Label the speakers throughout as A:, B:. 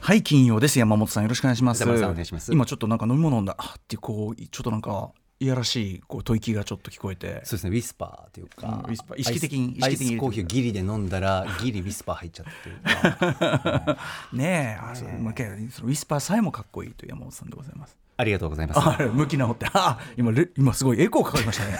A: はい金曜です山本さんよろしくお願いします
B: 山本さんお願いします
A: 今ちょっとなんか飲み物飲んだあっていうこうちょっとなんかいやらしいこう吐息がちょっと聞こえて
B: そうですねウィスパーというか、
A: うんウィスパー意識的に
B: アイ
A: 意識的に入れて
B: ス
A: る
B: コーヒーをギリで飲んだらギリウィスパー入っちゃったというか
A: ねえあそうまあけどそのウィスパーさえもかっこいいという山本さんでございます
B: ありがとうございます
A: あ向き直ってあ今レ今すごいエコーかかりましたね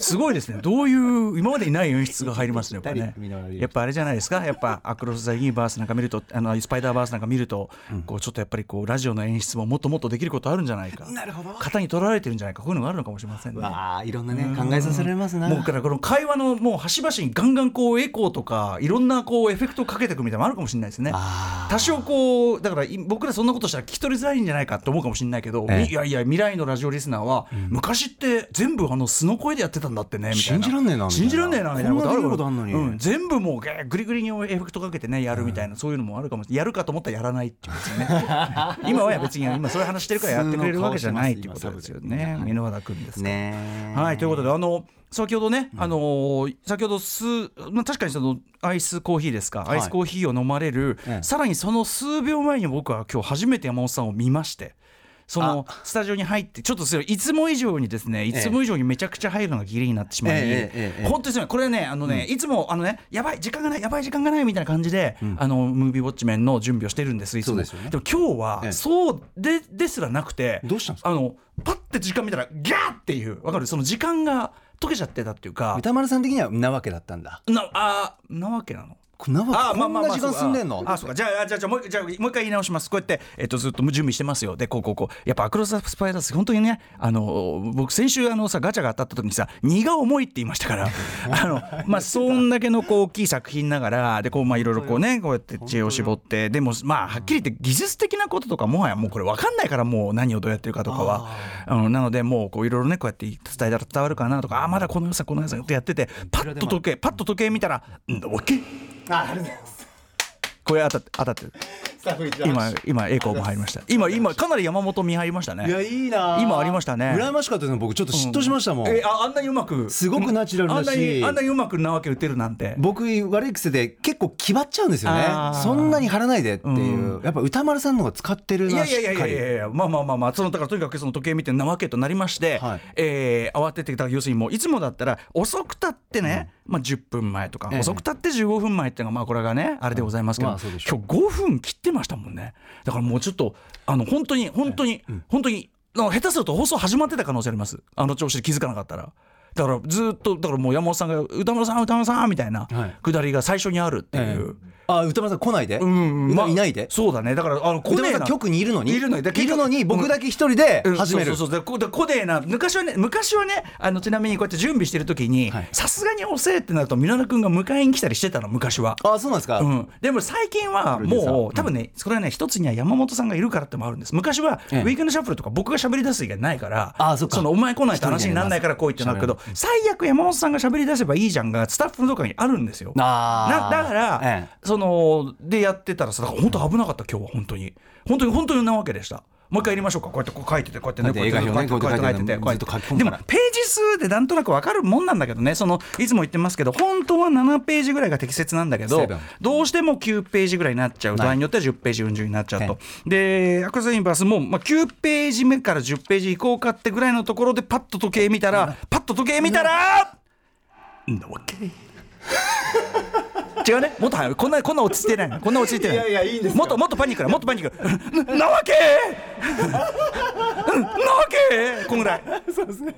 A: すごいですねどういう今までにない演出が入りますねやっぱ
B: ぴったり見直
A: ね
B: り
A: やっぱあれじゃないですかやっぱアクロス・ザ・ユニバースなんか見るとあのスパイダーバースなんか見ると、こうちょっとやっぱりこうラジオの演出ももっともっとできることあるんじゃないか
B: なるほど
A: 型に取られてるんじゃないかこういうのがあるのかもしれませんね
B: わあいろんなね考えさせられますな
A: もうだからこの会話のもう端々にガンガンこうエコーとかいろんなこうエフェクトをかけていくみたいなのもあるかもしれないですね
B: あー
A: 多少こうだからい僕らそんなことしたら聞き取りづらいんじゃないかと思うかもしれないけど、
B: ええ
A: いやいや未来のラジオリスナーは、昔って全部あの素の声でやってたんだってねみたいな
B: 信じらんねえなみたいな
A: 信じらんねえなみたいなことある
B: こんなできることあんのに
A: うん、全部もうガーグリグリにエフェクトかけてねやるみたいな、そういうのもあるかもしれないやるかと思ったらやらないっていうことですよね 今は別に今そういう話してるからやってくれるわけじゃないっていうことですよね
B: 普通の顔してます今サブで
A: 箕輪田君ですか
B: ね
A: はい、ということで、あの、先ほどね、あのー、先ほど数、まあ、確かにその、アイスコーヒーですか、
B: い
A: アイスコーヒーを飲まれる、
B: ええ
A: さらにその数秒前に僕は今日初めて山本さんを見まして、そのスタジオに入って、ちょっとそれいつも以上にですね、いつも以上にめちゃくちゃ入るのがギリになってしまい、
B: ええええええ
A: 本当にすみませんこれね、あのね、いつも、あのね、やばい、時間がない、やばい、時間がないみたいな感じで、あの、ムービーウォッチメンの準備をしてるんです、いつも。
B: そうですよね
A: も今日は、
B: ええ
A: そうでですらなくて、
B: どうしたんですか
A: あのパッて時間見たらギャーっていうわかるその時間が解けちゃってたっていうか
B: 歌丸さん的にはんなわけだったんだ
A: なあーなわけなの
B: こんなわ
A: あ
B: け
A: ー
B: こんな時
A: そ
B: 間
A: う
B: 進んでんの
A: あーそうかじゃあじゃあじゃあもうじゃあもう一回言い直しますこうやって、えっとずっと準備してますよでこうこうこうやっぱアクロス・スパイダース本当にねあの僕先週あのさガチャが当たった時にさ荷が重いって言いました からあのまあそんだけのこう大きい作品ながらでこうまあいろいろこうねこうやって知恵を絞ってでもまあはっきり言って技術的なこととかもはやもうこれ分かんないからもう何をどうやってるかとかはあのなのでもうこういろいろねこうやって伝えたら伝わるかなとかあーまだこの良さこの良さってやっててパッと時計パッと時計見たら「んだわけ」
B: あありがとうございます
A: これ当たって当たってる
B: スタッフ一同
A: 今今栄光も入りました今今かなり山本見入りました
B: いや
A: ね
B: いいな
A: 今ありましたね
B: 羨ましかったですね僕ちょっと嫉妬しましたもん、
A: えああんなにうまく
B: すごくナチュラル
A: あ
B: だ
A: ん
B: し
A: なにあんなにうまくなわけ打てるなんて
B: 僕悪い癖で結構気張っちゃうんですよね
A: あー
B: そんなに張らないでっていう、やっぱ歌丸さんの方が使ってる
A: い
B: な
A: やい
B: し
A: やいや
B: っ
A: いや
B: か
A: い
B: り
A: やいやまあまあまあまあそのだからとにかくその時計見てなわけとなりまして、
B: はい
A: えー慌ててた要するにもういつもだったら遅くたってね、まあ、10分前とか、
B: ええ
A: 遅くたって15分前っていうのがまあこれがねあれでございますけど、
B: まあそうでしょ
A: 今日5分切ってましたもんねだからもうちょっとあの本当に本当に、本当にあの下手すると放送始まってた可能性ありますあの調子で気づかなかったら。だからずーっとだからもう山本さんが「歌丸さん歌丸さん」みたいな
B: はい
A: くだりが最初にあるっていう、
B: あ歌丸さん来ないで、
A: うんうん
B: 歌
A: まあ
B: いないで、
A: そうだねだからあの来
B: 歌
A: ねえ
B: 丸
A: な
B: さん局にいるのに
A: いるのにだから
B: のに僕だけ一人で
A: うん
B: 始め
A: そ
B: る、
A: うそうそうでこでこでえな昔はね昔はねあのちなみにこうやって準備してる時に
B: はい
A: さすがに遅えってなるとミノル君が迎えに来たりしてたの昔は。
B: あそうなんですか、
A: うん、でも最近は
B: プロデューサー
A: もう多分ねそれはね一つには山本さんがいるからってのもあるんです昔はウ
B: ええ
A: ィークエンドシャッフルとか僕が喋り出す以外ないから
B: あそっか
A: のお前来ないと話にならないから来いってなるけど最悪山本さんが喋り出せばいいじゃんがスタッフのどっかにあるんですよ
B: あー
A: なだから、
B: ええ
A: そのでやってたらさだから本当危なかった今日は本当に本当に本当になわけでしたもう一回やりましょうかこうやってこう書いててこうやってね
B: だって
A: こうやって
B: 映画表ね
A: こうやって
B: こう
A: 書
B: や
A: い
B: って
A: てて
B: 書いてて
A: こうやって
B: ずっと書き込
A: で
B: む
A: も
B: から
A: ページ数でなんとなく分かるもんなんだけどねそのいつも言ってますけど本当は7ページぐらいが適切なんだけど
B: セブン
A: どうしても9ページぐらいになっちゃう場合によっては10ページ40になっちゃうとでアクセスユニバースも、まあ、9ページ目から10ページいこうかってぐらいのところでパッと時計見たらパッと時計見たらんだわけ違うねもっと早いこんなこんな落ち着いてないのこんな落ち着いてない
B: いやいやいいんですよ
A: もっともっとパニックだもっとパニックなわけなわけこんぐらい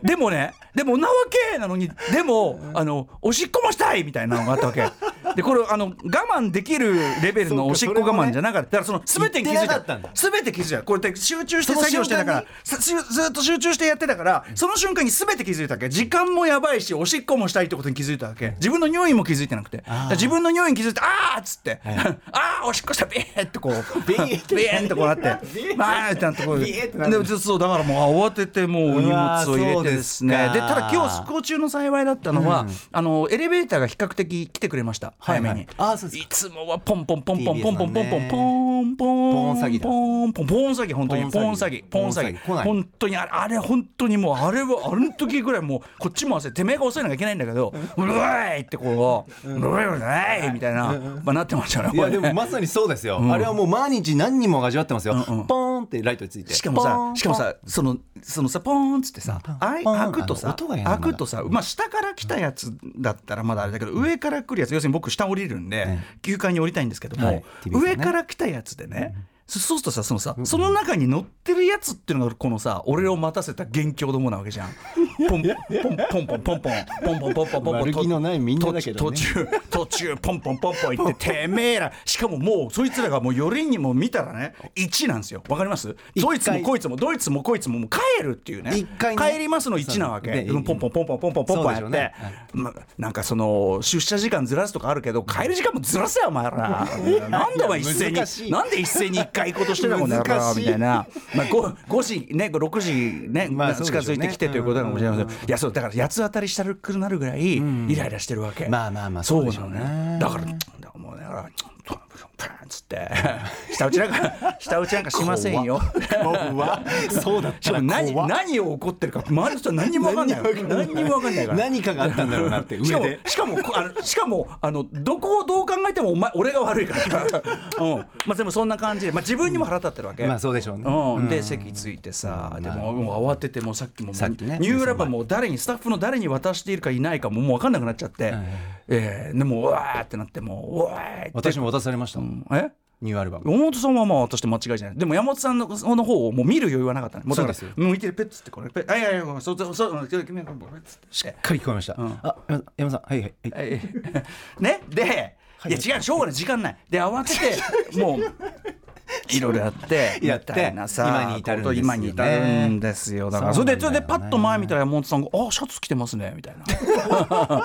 A: でもねでもなわけなのにでもあのおしっこもしたいみたいなのがあったわけでこれあの我慢できるレベルのおしっこ我慢じゃなかっただからその全てに気づい
B: 言ってなかったたんだ
A: 全て気づいたこれって集中して
B: その
A: 作業してたから
B: 瞬間に
A: さずずっと集中してやってたからその瞬間に全て気づいたわけ時間もやばいしおしっこもしたいってことに気づいたわけ自分の尿意も気づいてなくてだから自分の尿意に気づいてあーっつって、 あーおしっこしたビーってこうビーってビーってこうなってまあってなってこう
B: ビーってなる
A: でずっとそうだからもう慌ててもう荷物を入れてですね
B: うわーそう
A: で
B: です
A: た
B: か
A: だ今日不幸中の幸いだったのは、あのエレベーターが比較的来てくれました
B: は
A: 早
B: いはい
A: めに、
B: あそうです
A: いつもはポンポンポンポンポンポンポンポンポン
B: TBS
A: ポンンポン
B: ポン詐欺だ
A: ポンポンポン詐欺本当にポ
B: ポ
A: ン
B: ン
A: 詐
B: 詐
A: 欺
B: 欺
A: ポン詐
B: ポン詐欺来
A: 欺
B: ない
A: 本当にあれあれ本当にもうあれはあの時ぐらいもうこっちも焦っててめえが遅いのがいけないんだけど「うわい!」ってこう「うわい!」みたいなまあなってましたね
B: いや
A: こ
B: で
A: れ
B: も
A: ね
B: まさにそうですよ、あれはもう毎日何人も味わってますよ、ポーンってライトについて
A: しかもさ、しかもさ、その、そのさ、ポーンっつってさ、あい
B: ポーン
A: 開くとさ
B: あの音が、嫌な
A: 開
B: んだ
A: くとさ、まあ下から来たやつだったらまだあれだけど、上から来るやつ、要するに僕下降りるんで、9階に降りたいんですけど
B: は
A: も
B: い、TBS
A: 上
B: ね
A: から来たやつでね、そそうするとさそのさその中に乗ってるやつっていうのがこのさ俺を待たせた元凶どもなわけじゃん。ポンポンポンポンポンポンポンポンポンポンポンポン
B: 悪気のないみんなだけどね
A: 途中途中ポンポンポンポン行っててめえらしかももうそいつらがもうよりにも見たらね1なんですよわかります
B: 一
A: ど
B: 回
A: いつもこいつもドイツもこいつももう帰るっていうね
B: 一回ね
A: 帰りますの1なわけ、
B: そうね
A: でポンポンポンポンポンポンポンポンやって、
B: そうでしょうね
A: まなんかその出社時間ずらすとかあるけど帰る時間もずらせよお前らなんでお前一斉に
B: 難しい
A: なんで一斉に1回行こうとしてたもんだよ
B: 難しい
A: みたいな、まあ、5, 時ね6時ね、
B: まあそう
A: 近
B: でしょうね
A: づいてきてということなのかもしれませんいやそうだから八つ当たりしたくなるぐらいイライラしてるわけ、
B: まあまあまあ
A: そう
B: そうで
A: な
B: しょ
A: の
B: う
A: ね
B: ね
A: だからだからもうねだからパーンっつって下打ちなんか下打ちなんかしませんよ
B: 怖 そうだっ
A: しかも何何を怒ってるか周りの人は何にも分かんない何にも分かんないから
B: 何かがあったんだろうな って
A: し
B: 上
A: かも
B: で
A: しかもこあ のしかもあのどこをどう考えてもお前俺が悪いから、 うんまあ、でもそんな感じで、まあ、自分にも腹立ってるわけ、
B: まあそうでしょうね、
A: うん、で席ついてさ、でももう慌ててもうさっきも
B: さっきね
A: ニューラバもう誰にスタッフの誰に渡しているかいないかももう分かんなくなっちゃって、えーでもううわーってなってもううわーって
B: 私も渡されました、
A: え
B: ニューアルバム
A: 山本さんはまあ私と間違いじゃないでも山本さんのその方をもう見る余裕はなかったねもうだから
B: そうです
A: 向いてるペッツってこれペッあいやいやそうそうそううん君はこれペッツってして
B: しっかり聞こえました、あ山山さんはいはいはい
A: ええねで、い、や違うしょうがない時間ないで慌ててもういろいろやって
B: やって
A: みたいなさ
B: 今に至るんです
A: こと
B: よね
A: 今に至るんですよだからそ
B: そう
A: れ
B: なんだ
A: で
B: よ
A: それでパッと前見たら山本さんが「あシャツ着てますね」みたいな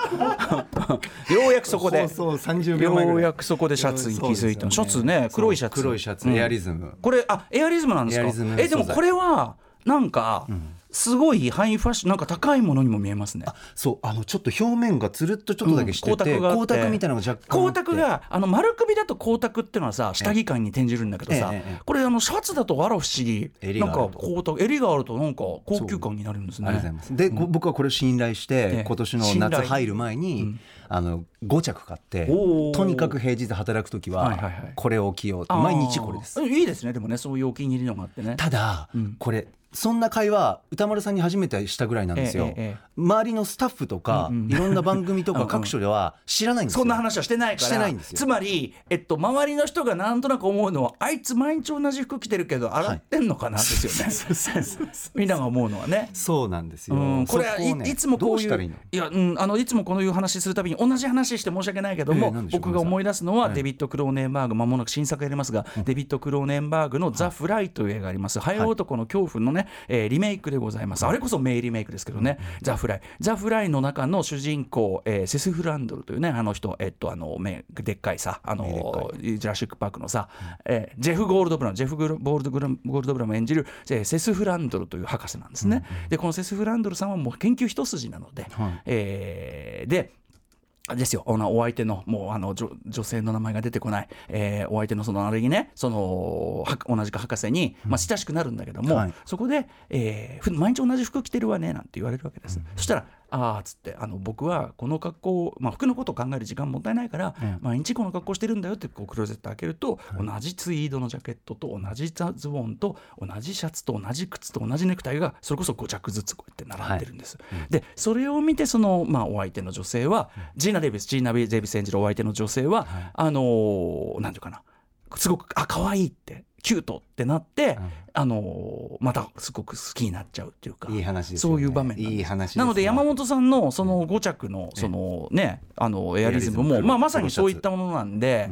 A: ようやくそこで
B: そうそう30秒前ぐ
A: よ
B: ら
A: う
B: い
A: やくそこでシャツに気づいて、シャ
B: そうです
A: ツ
B: よね
A: ね黒いシャツ
B: 黒いシャツ、
A: うん
B: エアリズム
A: これあエアリズムなんです
B: エア
A: か
B: リズム
A: えでも
B: 素材
A: これはなんか、すごいハイファッションなんか高いものにも見えますね
B: そうあのちょっと表面がつるっとちょっとだけしてて、
A: あって
B: 光沢みたいなのが若干あ
A: 光
B: って
A: 沢があの丸首だと光沢っていうのはさ下着感に転じるんだけどさ、
B: ええええ
A: これあのシャツだとわら不思議
B: 襟
A: な
B: が
A: ん
B: あると
A: か光沢襟があるとなんか高級感になるんですね
B: ありがとうございます。で、こ僕はこれを信頼して、
A: ええ
B: 今年の
A: 信頼
B: 夏入る前に、あの5着買って
A: おー
B: とにかく平日働く時
A: はいはいはい
B: はこれを着ようって、
A: あー
B: 毎日これです。
A: いいですねでもねそういうお気に入りのがあってね
B: ただ、これそんな会話歌丸さんに初めてしたぐらいなんですよ、
A: ええええ
B: 周りのスタッフとか、いろんな番組 と
A: うんう
B: か
A: ん
B: 各所では知らないんですよ
A: そんな話はしてないから
B: してないんですよ
A: つまり、えっと、周りの人がなんとなく思うのはあいつ毎日同じ服着てるけど洗ってんのかなですよね、 みんなが思うのはね
B: そうなんですよ、
A: うん、これはい
B: そをね
A: いつもこ
B: ど
A: う
B: う
A: い
B: し
A: う
B: たらいいの
A: いや、うん、あのいつもこのいう話するたびに同じ話して申し訳ないけども、
B: ええなんでしょう
A: 僕が思い出すのはデビッド・クローネンバーグまもなく新作やりますが、デビッド・クローネンバーグの「ザ・フライ」という映画あります「ハエ男の恐怖」のね、えーリメイクでございますあれこそ名リメイクですけどね「ザ・フライ」「ザ・フライ」の中の主人公、えーセス・フランドルというねあの人、えっと、あの目でっかいさあの
B: でっかい
A: ジュラシック・パークのさ、えージェフ・ゴールドブラムジェフゴールド・ゴールドブラムゴールドブラム演じる、えーセス・フランドルという博士なんですね。でこのセス・フランドルさんはもう研究一筋なので、えーであですよあのお相手のもうあの女女性の名前が出てこない、えーお相手のそのあれにねそのは同じく博士に、まあ、親しくなるんだけども、
B: はい
A: そこで、えーふ毎日同じ服着てるわねなんて言われるわけです、そしたら「ああ」っつってあの「僕はこの格好を、まあ、服のことを考える時間もったいないから、毎日この格好してるんだよ」ってこうクローゼット開けると、同じツイードのジャケットと同じザズボンと同じシャツと同じ靴と同じネクタイがそれこそ5着ずつこうやって並んでるんです。でそれを見てその、まあ、お相手の女性は、ジーナ・デイビスジーナ・デイビス演じるお相手の女性は、あのーなんていうかなすごくあ可愛いってキュートってなって、あのーまたすごく好きになっちゃうっていうか
B: いい話ですよね
A: そういう場面なんです
B: いい話ですね
A: なので山本さんのその5着のそのねあのエアリズム
B: エア
A: も
B: リズム黒
A: まあまさにそうい ったものなんで、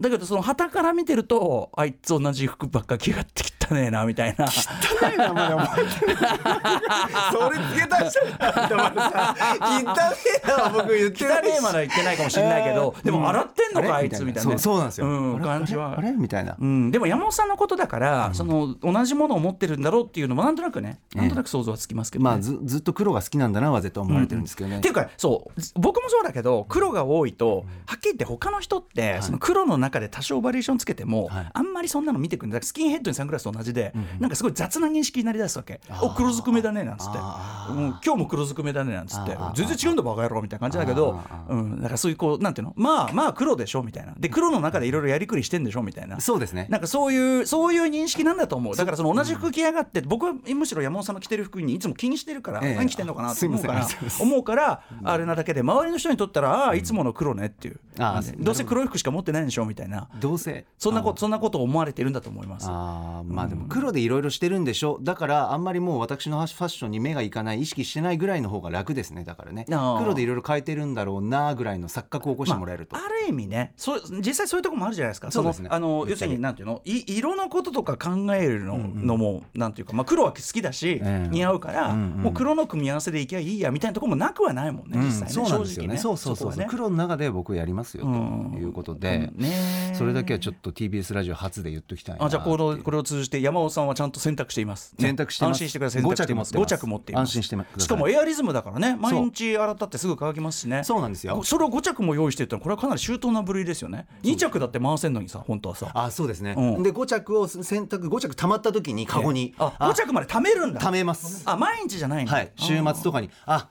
A: だけどその旗から見てるとあいつ同じ服ばっか着やがってきた汚ねえなみたいな
B: 汚い名前覚えてるそれ付け足したんだ丸さん汚いな僕言っ て
A: 汚
B: な
A: ね
B: い
A: えまだ言ってないかもしれないけ ど、でも洗ってんのか、
B: あ
A: あ
B: れ
A: いつみたいなね、
B: そうそうなんですよ、
A: うん
B: あれ
A: 感じは
B: あれあれみたいな
A: うん、でも山本さんのことだから、その同じものを持ってるんだろうっていうのもなんとなくねなんとなく想像はつきますけど、ね
B: まあずずっと黒が好きなんだなは絶対思われてるんですけどね、
A: っていうかそう僕もそうだけど黒が多いとはっきり言って他の人って、その黒の中で多少バリエーションつけても、
B: はい
A: あんまりそんなの見てくれないだからスキンヘッドにサングラスと同じで、なんかすごい雑な認識になりだすわけ「お黒ずくめだね」なんつって
B: あ
A: 「もう今日も黒ずくめだね」なんつって
B: ああ
A: 「全然違うんだバカ野郎」みたいな感じだけど
B: あ、
A: うん、だからそういうこうなんていうのまあまあ黒でしょみたいなで黒の中でいろいろやりくりしてんでしょみたいな
B: そうですね
A: なんかそういうそういう認識なんだと思うだからその同じ服着やがって、僕はむしろ山本さんの着てる服にいつも気にしてるから、
B: ええ
A: 何着てんのかなと思うから
B: あすいません
A: 思うからあれなだけで周りの人にとったらああいつもの黒ねっていう、
B: ああ
A: どうせ黒い服しか持ってないんでしょみたいな
B: どうせ
A: そんなことそんなことを思われてるんだと思います。
B: あーまあでも黒でいろいろしてるんでしょだからあんまりもう私のファッションに目がいかない意識してないぐらいの方が楽ですねだからね
A: あー
B: 黒でいろいろ変えてるんだろうなぐらいの錯覚を起こしてもらえると、
A: ある意味ねそう実際そういうところもあるじゃないですか
B: そうです
A: の
B: ね
A: あの
B: ぶ
A: 要
B: っ
A: す
B: ちゃ
A: る
B: け
A: になんていうのい色のこととか考えるの,、のもなんていうか、まあ、黒は好きだし、
B: ええ
A: 似合うから、
B: うんうん
A: もう黒の組み合わせでいきゃいいやみたいなところもなくはないもんね、
B: うん
A: 実際ね
B: そうなんですよね
A: 正直ね
B: そうそうそ
A: こ
B: う
A: はね
B: 黒の中で僕やりますよと
A: うん
B: いうことで、
A: うんね
B: それだけは
A: ょ
B: ちょっと TBS ラジオ初で言っときたいな
A: あじゃあこ
B: う
A: のこれを通じて山尾さんはちゃんと選択しています、ね
B: 選択してます
A: 安心してください選択してます
B: 5
A: 5
B: 着持
A: 持
B: っ
A: ってて
B: い
A: い
B: ます
A: ます
B: 安心してください
A: しかもエアリズムだからね
B: う
A: 毎日洗ったってすぐ乾きますしね
B: そうなんですよ
A: それを5着も用意してるってのはこれはかなり周到な部類ですよね2着だって回せんのにさ本当はさ
B: あそうですね、
A: うん
B: で5着を洗濯5着溜まった時にカゴに、
A: あ5着まで貯めるんだ
B: 溜めます
A: あ毎日じゃないの
B: はい週末とかにあ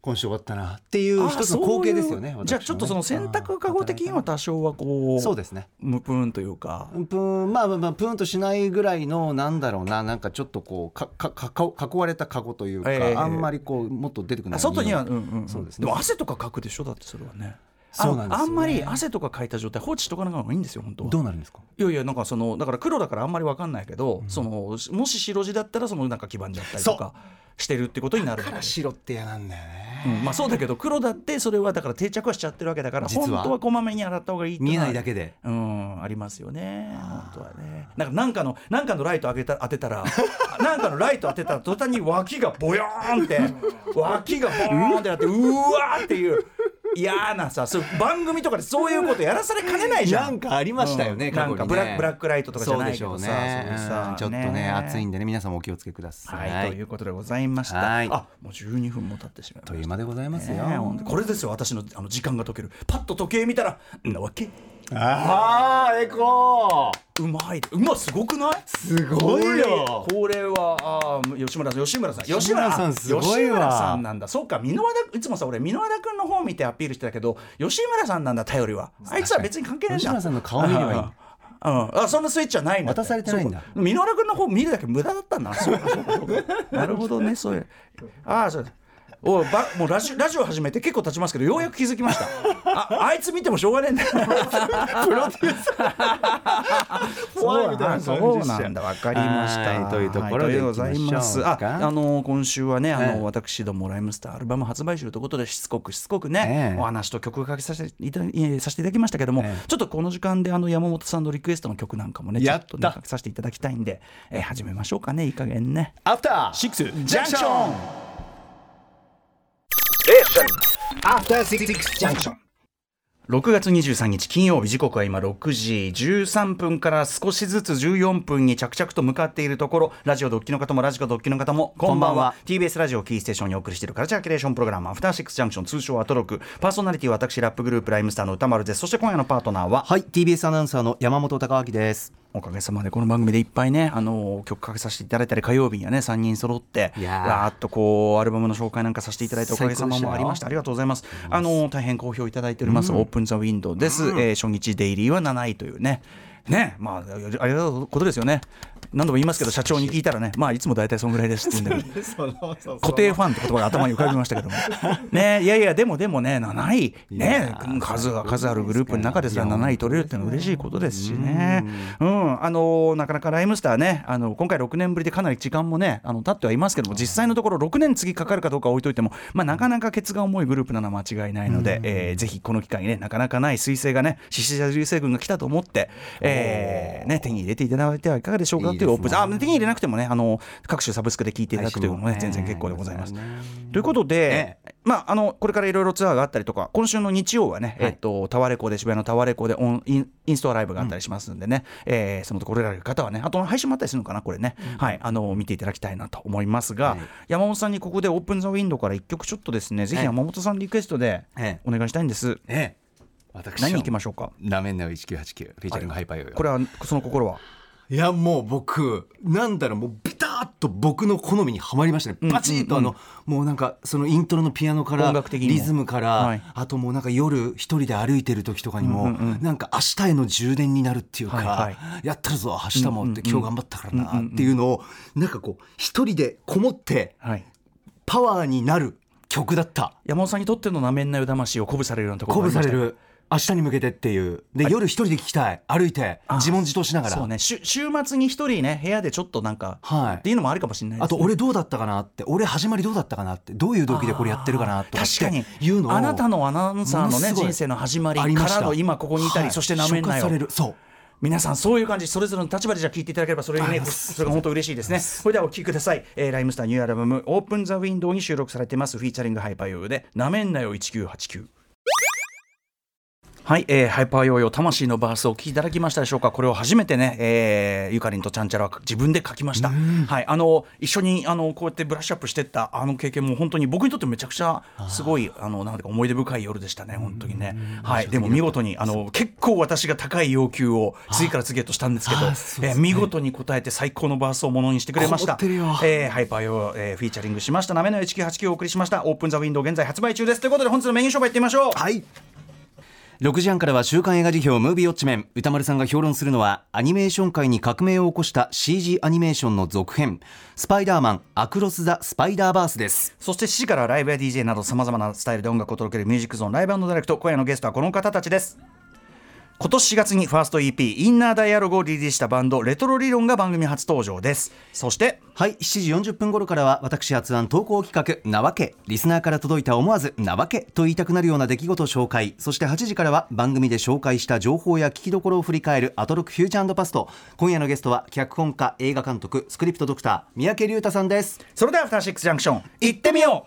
B: 今週終わったなっていう一つの光景ですよね
A: あそういうじゃあ
B: 私
A: ちょっとその洗濯かご的には多少はこ
B: あ
A: う
B: ーそうですね
A: むぷんというか
B: プーンまあまあまあプーンとしないぐらいのなんだろうななんかちょっとこうかかかか囲われたカゴというか、
A: ええ
B: あんまりこうもっと出てくる
A: あ外には、うんうんん
B: そうですね
A: も汗とかかくでしょだってそれはね
B: そうなんです
A: あの
B: よね
A: あんまり汗とかかいた状態放置しとかながらいいんですよ本当は
B: どうなるんですか
A: いやいやなんかそのだから黒だからあんまりわかんないけど、そのもし白地だったらそのなんか黄ばんじゃったりとかしてるってことになる
B: だから白って嫌なんだよね
A: うんまあそうだけど黒だってそれはだから定着はしちゃってるわけだから
B: 実は
A: 本当はこまめに洗った方がいいって
B: 見
A: う
B: え
A: のは
B: ないだけで
A: うんありますよね本当はねなんかなんかのなんかのライト当てた当てたら なんかのライト当てたら途端に脇がボヨー ンって脇がボーンってなってうわーっていう嫌なさそう番組とかでそういうことやらされかねないじゃん
B: なんかありましたよね、
A: うん
B: 過去にね
A: なんかブラブラックライトとかじゃないけどさ
B: そうでしょうね
A: そうさ
B: うんちょっとね
A: ね
B: 暑いんでね皆さんもお気をつけくださ、
A: はいい、ということでございました。
B: はい
A: あ、もう12分も経ってしまいました。
B: という間でございますよ、
A: ねえ本当これですよ、私のあの時間が解ける。パッと時計見たら、んなわけ。
B: ああエコー
A: うまい。うま、すごくない
B: すごいよ
A: これは、あー吉村さん、吉村さん、
B: 吉村さんすごいわ
A: 吉村さんなんだ。そうか、箕輪田、いつもさ、俺、箕輪田君の方見てアピールしてたけど、吉村さんなんだ、頼りは。あいつは別に関係ないじ
B: 吉
A: ゃん
B: 村さんの顔見ればい
A: うん
B: い
A: うん、あそんなスイッチはないんだって
B: 渡されてないんだ
A: そうか箕輪田君の方見るだけ無駄だったんだそうかそうかそうか なるほどねそういうああそうおいばもうラジラジオ始めて結構経ちますけどようやく気づきましたああいつ見てもしょうがねえんだプロデューサ ー
B: 怖いみたいな感じでした
A: そうなんだわかりました
B: はいというところ
A: はいとい
B: で
A: うことございます
B: 行きましょうか
A: ああの今週はねあ
B: ええ
A: の私どもライムスターアルバム発売集ということでしつこくしつこくね
B: ええ
A: お話と曲をかけさせていただきえーさせていただきましたけども
B: ええ
A: ちょっとこの時間であの山本さんのリクエストの曲なんかもねちょ
B: やっ
A: ったとねかけさせていただきたいんで、えー始めましょうかねいい加減ね
B: アフター
A: シックス
B: ジ
A: ジ
B: ャ
A: ャ
B: ン
A: ン
B: ク
A: ク
B: シ
A: シ
B: ョ
A: ョ
B: ン
A: ン6月23日金曜日時刻は今6時13分から少しずつ14分に着々と向かっているところラジオドッキの方もラジコドッキの方もこんばんは
B: こんばんは
A: TBS ラジオキーステーションにお送りしているカルチャーキュレーションプログラム「アフターシックスジャンクション」通称アトロクパーソナリティは私ラップグループライムスターの歌丸ですそして今夜のパートナーは
B: はい TBS アナウンサーの山本貴明です
A: おかげさまでこの番組でいっぱいね、あの曲かけさせていただいたり火曜日にはね3人揃って
B: いやー
A: わーっとこうアルバムの紹介なんかさせていただいておかげさまもありましたありがとうございますあの大変好評いただいております、オープン・ザ・ウィンドウです、えー初日デイリーは7位というねねまあありがとうことですよね何度も言いますけど社長に聞いたらねまあいつも大体そんぐらいですって言うんだけど固定ファンって言葉が頭に浮かびましたけど もねいやいやでもでもね7位ね数数あるグループの中ですら7位取れるってのは嬉しいことですしねうんあのなかなかライムスターねあの今回6年ぶりでかなり時間もねあの経ってはいますけども実際のところ6年次かかるかどうかは置いといてもまあなかなかケツが重いグループなのは間違いないのでえーぜひこの機会にねなかなかない彗星がね獅子座流星群が来たと思ってえーね手に入れていただいてはいかがでしょうかといういうオープンあ手に入れなくてもねあの各種サブスクで聞いていただくというのもね
B: 配信
A: 全
B: も
A: 然結構でございます。
B: ね
A: ということで、まあ、あのこれからいろいろツアーがあったりとか今週の日曜はね、
B: はい
A: えっとタワレコで渋谷のタワレコでオンインインストアライブがあったりしますんでね、えーそのところられる方はねあと配信もあったりするのかなこれね、はい、あの見ていただきたいなと思いますが、
B: はい
A: 山本さんにここでオープン・ザ・ウィンドウから一曲ちょっとですねぜひ
B: はい
A: 山本さんリクエストで
B: え
A: お願いしたいんです。
B: えええ私
A: 何いきま
B: し
A: しょうか
B: ょうラメンナウ1989フィーチャリングハイパーヨーヨー
A: これはその心はい
B: やもう僕なんだろうもうビターッと僕の好みにはまりましたねバチッとあのもうなんかそのイントロのピアノか
A: 音
B: ら
A: 楽的にも
B: リズムか
A: はい
B: らあともうなんか夜一人で歩いてる時とかにもなんか明日への充電になるっていう
A: はいは
B: かやったるぞ明日もって今日頑張ったからなっていうのをなんかこう一人でこもって
A: はい
B: パワーになる曲だった
A: 山本さんにとってのなめんなよ魂を鼓舞されるようなところ
B: 鼓
A: があ
B: 舞
A: りま
B: さ
A: した
B: れる明日に向けてっていうで夜一人で聴きたい歩いて
A: あ
B: 自問自答しなが
A: そう
B: ら
A: ね週週末に一人ね部屋でちょっとなんか、
B: はい
A: っていうのもあるかもしれないです
B: あと俺どうだったかなって俺始まりどうだったかなってどういう動機でこれやってるかなとかっ
A: 確かに
B: ていうのを
A: あなたのアナウンサーの
B: もの
A: ね
B: すごい
A: 人生の始まり
B: あり
A: か
B: まし
A: ら
B: た
A: の今ここにいたり、
B: はい
A: そしてなめんな
B: 触
A: よ
B: 発されるそう
A: 皆さんそういう感じそれぞれの立場でじゃあ聞いていただければそれにねそれが本当嬉しいですねそれではお聞きください、えーライムスターニューアルバム「オープン・ザ・ウィンドウ」に収録されていますフィーチャリングハイパーヨーヨーで「なめんなよ1989」はい、えーハイパーヨーヨー魂のバースをお聞きいただきましたでしょうかこれを初めてね、えーゆかりんとちゃんちゃらは自分で書きました、はい、あの一緒にあのこうやってブラッシュアップしてったあの経験も本当に僕にとってめちゃくちゃすごいあのなんていうか思い出深い夜でしたね本当にね、はい、でも見事にあの結構私が高い要求を次から次へとしたんですけど、
B: あーそう
A: え
B: で
A: ー
B: すね
A: 見事に答えて最高のバースをものにしてくれました
B: こもってるよ
A: えーハイパーヨー、えーフィーチャリングしましたなめの1989をお送りしましたオープンザウィンドウ現在発売中ですということで本日のメニュー紹介いってみましょう
B: はい6時半からは週刊映画辞表ムービーウォッチメン歌丸さんが評論するのはアニメーション界に革命を起こした CG アニメーションの続編「スパイダーマンアクロス・ザ・スパイダーバース」です
A: そして7時からライブや DJ などさまざまなスタイルで音楽を届けるミュージックゾーンライブダイレクト今夜のゲストはこの方たちです今年4月にファースト EP「インナーダイアログ」をリリースしたバンドレトロ理論が番組初登場ですそして
B: はい7時40分頃からは私発案投稿企画「なわけ」リスナーから届いた思わず「なわけ」と言いたくなるような出来事を紹介そして8時からは番組で紹介した情報や聞きどころを振り返る「アトロックフューチャーパスト」今夜のゲストは脚本家映画監督スクリプトドクター三宅龍太さんです
A: それでは「アフターシックスジャンクション」行ってみよ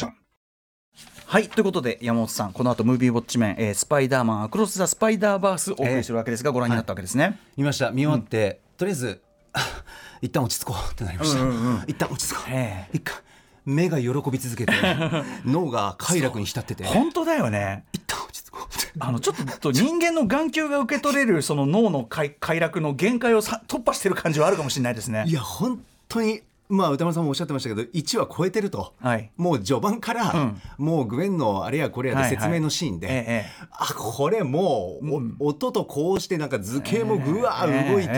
A: うはいということで山本さんこの後ムービーウォッチメン、えースパイダーマンアクロス・ザ・スパイダーバース」をお送りするわけですが、ご覧になったわけですね、
B: 見ました見終わって、とりあえず あ一旦落ち着こうってなりました、一旦落ち着こう、
A: え
B: 一回目が喜び続け て脳が快楽に浸ってて
A: 本当だよね
B: 一旦落ち着こうって
A: あのちょっと人間の眼球が受け取れるその脳の快快楽の限界をさ突破してる感じはあるかもしれないですね
B: いや本当にまあ歌丸さんもおっしゃってましたけど1は超えてると、
A: はい
B: もう序盤から、もうグエンのあれやこれや
A: はい
B: で
A: はい
B: 説明のシーンで、
A: ええ
B: あこれもう、お音とこうしてなんか図形もぐわー動いて、
A: え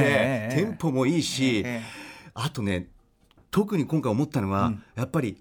A: えええ
B: テンポもいいし、
A: ええ
B: あとね特に今回思ったのは、やっぱり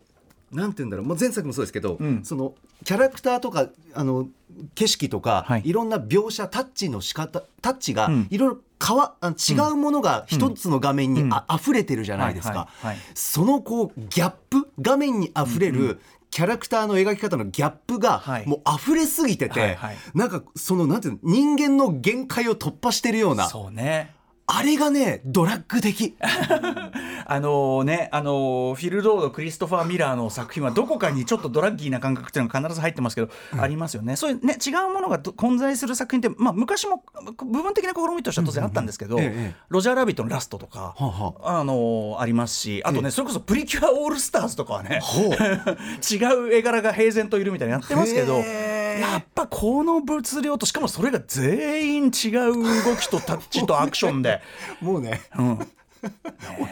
B: なんて言うんだろう、まあ、前作もそうですけど、
A: ん
B: そのキャラクターとかあの景色とか、
A: はい
B: い、ろんな描写タッチの仕方タッチが
A: ん
B: いろいろ変わあ違うものが一つの画面にあ、溢れてるじゃないですか、
A: はいはいはい
B: そのこうギャップ画面に溢れる、キャラクターの描き方のギャップが
A: はい
B: もう溢れすぎてて、
A: はいはい
B: なんかそのなんていうの人間の限界を突破してるような
A: そうね
B: あれがねドラッグ的
A: あのね、あのフィル・ロード、クリストファー・ミラーの作品はどこかにちょっとドラッギーな感覚っていうのが必ず入ってますけど、ありますよね。そういうね、違うものがど混在する作品って、まあ、昔も部分的な試みとしては当然あったんですけど、
B: うんうんええええ
A: ロジャー・ラビットのラストとか、
B: あは
A: あのありますし、あとね、
B: ええ
A: それこそプリキュア・オールスターズとかはね、
B: ほう
A: 違う絵柄が平然といるみたいにやってますけど。
B: へー
A: やっぱこの物量としかもそれが全員違う動きとタッチとアクション で、
B: もうね
A: うん、
B: 落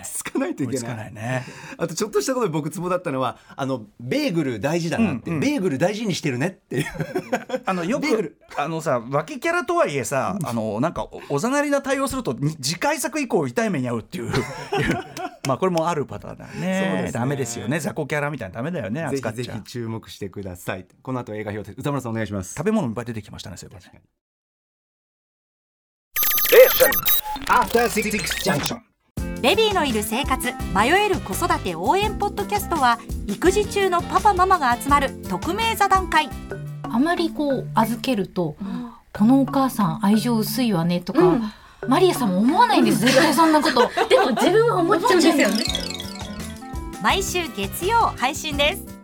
B: ち着かないとい
A: 追い
B: け
A: つ
B: な
A: か
B: い
A: ないね。
B: あとちょっとしたことで僕ツボだったのはあのベーグル大事だなって、ベーグル大事にしてるねっていう
A: あのよ
B: ベーグ
A: く
B: ル
A: あのさ脇キャラとはいえさあのなんかおおざなりな対応するとに次回作以降痛い目に遭うっていう まあこれもあるパターンだね
B: そうですね
A: ダメですよね雑魚キャラみたいなダメだよね
B: ぜ
A: 扱っ
B: ひ
A: ちゃう
B: ぜひ注目してくださいこの後映画表です歌村さんお願いします
A: 食べ物もいっぱい出てきましたねそういえばね
C: ベビーのいる生活迷える子育て応援ポッドキャストは育児中のパパママが集まる匿名座談会
D: あまりこう預けると、このお母さん愛情薄いわねとか、マリアさんも思わないんです絶対そんなこと でも自分は思っちゃうんですよね
C: 毎週月曜配信です